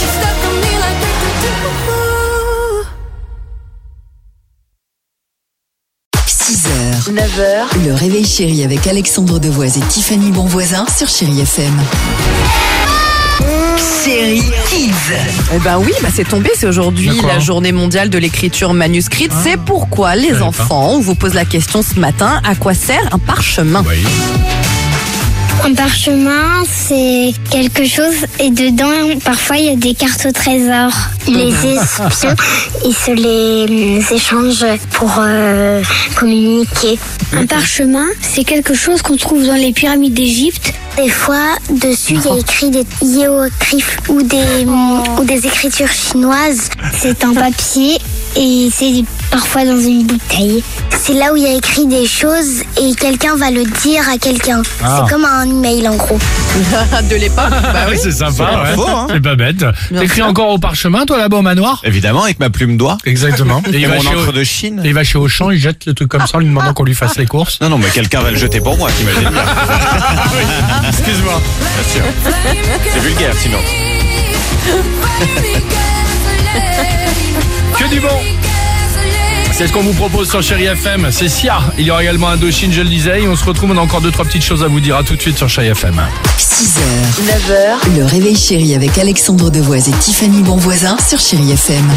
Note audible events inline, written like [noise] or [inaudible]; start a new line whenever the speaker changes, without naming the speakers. You're stuck on me like we could do.
6h, 9h, le réveil chéri avec Alexandre Devoise et Tiffany Bonvoisin sur Chérie FM. Chérie Kids.
Eh ben oui, bah c'est tombé, c'est aujourd'hui
D'accord.
la journée mondiale de l'écriture manuscrite. C'est pourquoi les
savais
enfants, on vous pose la question ce matin, à quoi sert un parchemin
Oui.
Un parchemin, c'est quelque chose et dedans, parfois, il y a des cartes au trésor. Les espions, ils se les euh, échangent pour euh, communiquer. Un parchemin, c'est quelque chose qu'on trouve dans les pyramides d'Égypte. Des fois, dessus, il y a écrit des hiéroglyphes ou des, ou des écritures [laughs] chinoises. C'est en papier et c'est parfois dans une bouteille. C'est là où il y a écrit des choses et quelqu'un va le dire à quelqu'un.
Ah.
C'est comme un email en gros.
[laughs] de l'époque Bah
Ah oui,
oui.
c'est sympa, ouais.
faux, hein.
C'est pas bête.
Bien
T'écris
sûr.
encore au parchemin, toi, là-bas, au manoir
Évidemment, avec ma plume d'oie
Exactement. Et
et
il, va
mon
chez
encre
Au-
de Chine.
et il va chez Auchan, il jette le truc comme ça en lui demandant qu'on lui fasse les courses.
Non, non, mais quelqu'un va le jeter pour moi, t'imagines bien. Excuse-moi. Bien sûr. C'est vulgaire, sinon.
Que du bon C'est ce qu'on vous propose sur Chéri FM. C'est Sia. Il y aura également un Doshin, je le disais. Et on se retrouve, on a encore deux, trois petites choses à vous dire. À tout de suite sur Chéri FM.
6h, 9h, le réveil chéri avec Alexandre Devoise et Tiffany Bonvoisin sur Chérie FM.